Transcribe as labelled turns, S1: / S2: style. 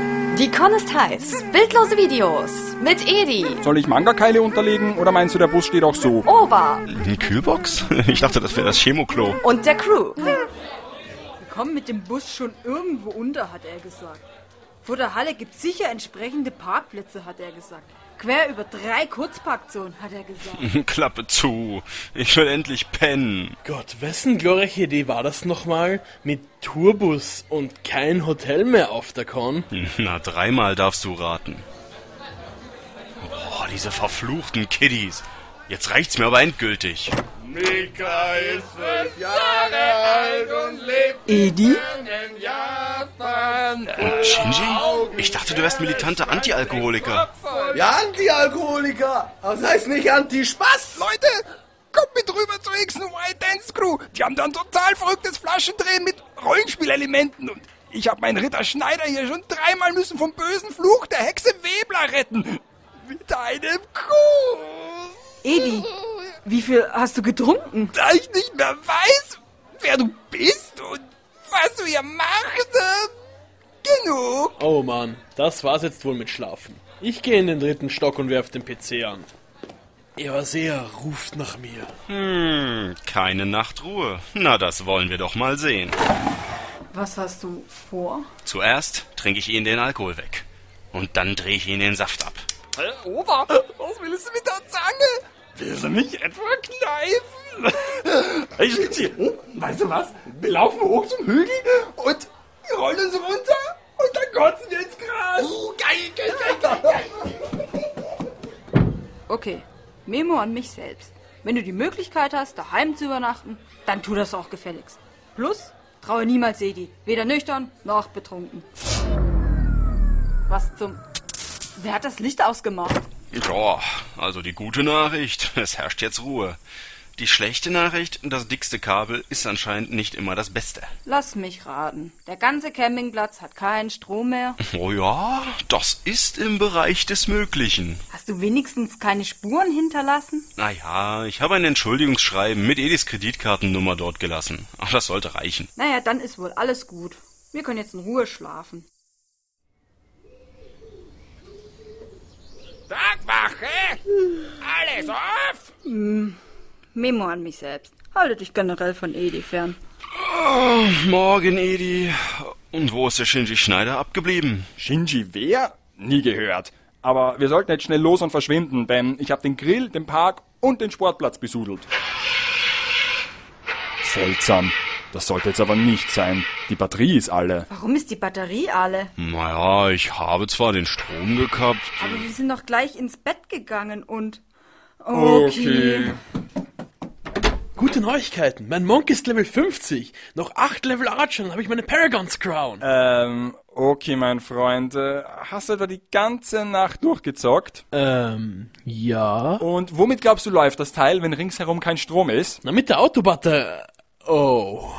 S1: Die Con ist heiß. Bildlose Videos mit Edi.
S2: Soll ich Manga-Keile unterlegen oder meinst du, der Bus steht auch so?
S1: Ober
S3: Eine Kühlbox? Ich dachte, das wäre das Chemoklo.
S1: und der Crew.
S4: Wir kommen mit dem Bus schon irgendwo unter, hat er gesagt. Vor der Halle gibt es sicher entsprechende Parkplätze, hat er gesagt. Quer über drei Kurzparkzonen, hat er gesagt.
S3: Klappe zu. Ich will endlich pennen.
S5: Gott, wessen glorreiche Idee war das nochmal? Mit Tourbus und kein Hotel mehr auf der Con?
S3: Na, dreimal darfst du raten. Boah, diese verfluchten Kiddies. Jetzt reicht's mir aber endgültig.
S6: Mika ist fünf Jahre alt und lebt
S4: Edi?
S6: in Japan.
S3: Und Shinji? Ich dachte, du wärst militanter Antialkoholiker.
S6: Ja, Anti-Alkoholiker. Aber das heißt nicht Anti-Spaß.
S2: Leute, kommt mit rüber zur X-Nummer Dance Crew. Die haben da ein total verrücktes Flaschendrehen mit Rollenspielelementen. Und ich habe meinen Ritter Schneider hier schon dreimal müssen vom bösen Fluch der Hexe Webler retten. Mit einem Kuss.
S4: Edi, wie viel hast du getrunken?
S2: Da ich nicht mehr weiß, wer du bist und was du hier machst. äh, Genug.
S5: Oh Mann, das war's jetzt wohl mit Schlafen. Ich gehe in den dritten Stock und werf den PC an. Ihr Seher ruft nach mir.
S3: Hm, keine Nachtruhe. Na, das wollen wir doch mal sehen.
S4: Was hast du vor?
S3: Zuerst trinke ich ihnen den Alkohol weg. Und dann drehe ich ihnen den Saft ab.
S2: Äh, Opa, was willst du mit der Zange? Willst du mich etwa kneifen? Hey, Schnitzi, oh, weißt du was? Wir laufen hoch zum Hügel und rollen uns runter und dann kotzen wir ins Gras. Oh, geil, geil, geil, geil.
S4: Okay, Memo an mich selbst. Wenn du die Möglichkeit hast, daheim zu übernachten, dann tu das auch gefälligst. Plus, traue niemals Edi, weder nüchtern noch betrunken. Was zum... Wer hat das Licht ausgemacht?
S3: Ja, also die gute Nachricht, es herrscht jetzt Ruhe. Die schlechte Nachricht, das dickste Kabel ist anscheinend nicht immer das Beste.
S4: Lass mich raten. Der ganze Campingplatz hat keinen Strom mehr.
S3: Oh ja, das ist im Bereich des Möglichen.
S4: Hast du wenigstens keine Spuren hinterlassen?
S3: Naja, ich habe ein Entschuldigungsschreiben mit Edis Kreditkartennummer dort gelassen. Aber das sollte reichen.
S4: Naja, dann ist wohl alles gut. Wir können jetzt in Ruhe schlafen.
S2: Tagwache, alles auf.
S4: Hm, Memo an mich selbst. Halte dich generell von Edi fern.
S3: Ah, Morgen, Edi. Und wo ist der Shinji Schneider abgeblieben?
S2: Shinji wer? Nie gehört. Aber wir sollten jetzt schnell los und verschwinden, denn ich habe den Grill, den Park und den Sportplatz besudelt. Seltsam. Das sollte jetzt aber nicht sein. Die Batterie ist alle.
S4: Warum ist die Batterie alle?
S3: Naja, ich habe zwar den Strom gekappt.
S4: Aber wir sind doch gleich ins Bett gegangen und.
S5: Gute Neuigkeiten, mein Monk ist Level 50. Noch 8 Level Archer, dann habe ich meine Paragons Crown.
S2: Ähm, okay, mein Freund. äh, Hast du da die ganze Nacht durchgezockt?
S5: Ähm, ja.
S2: Und womit glaubst du läuft das Teil, wenn ringsherum kein Strom ist?
S5: Na, mit der Autobatte. Oh.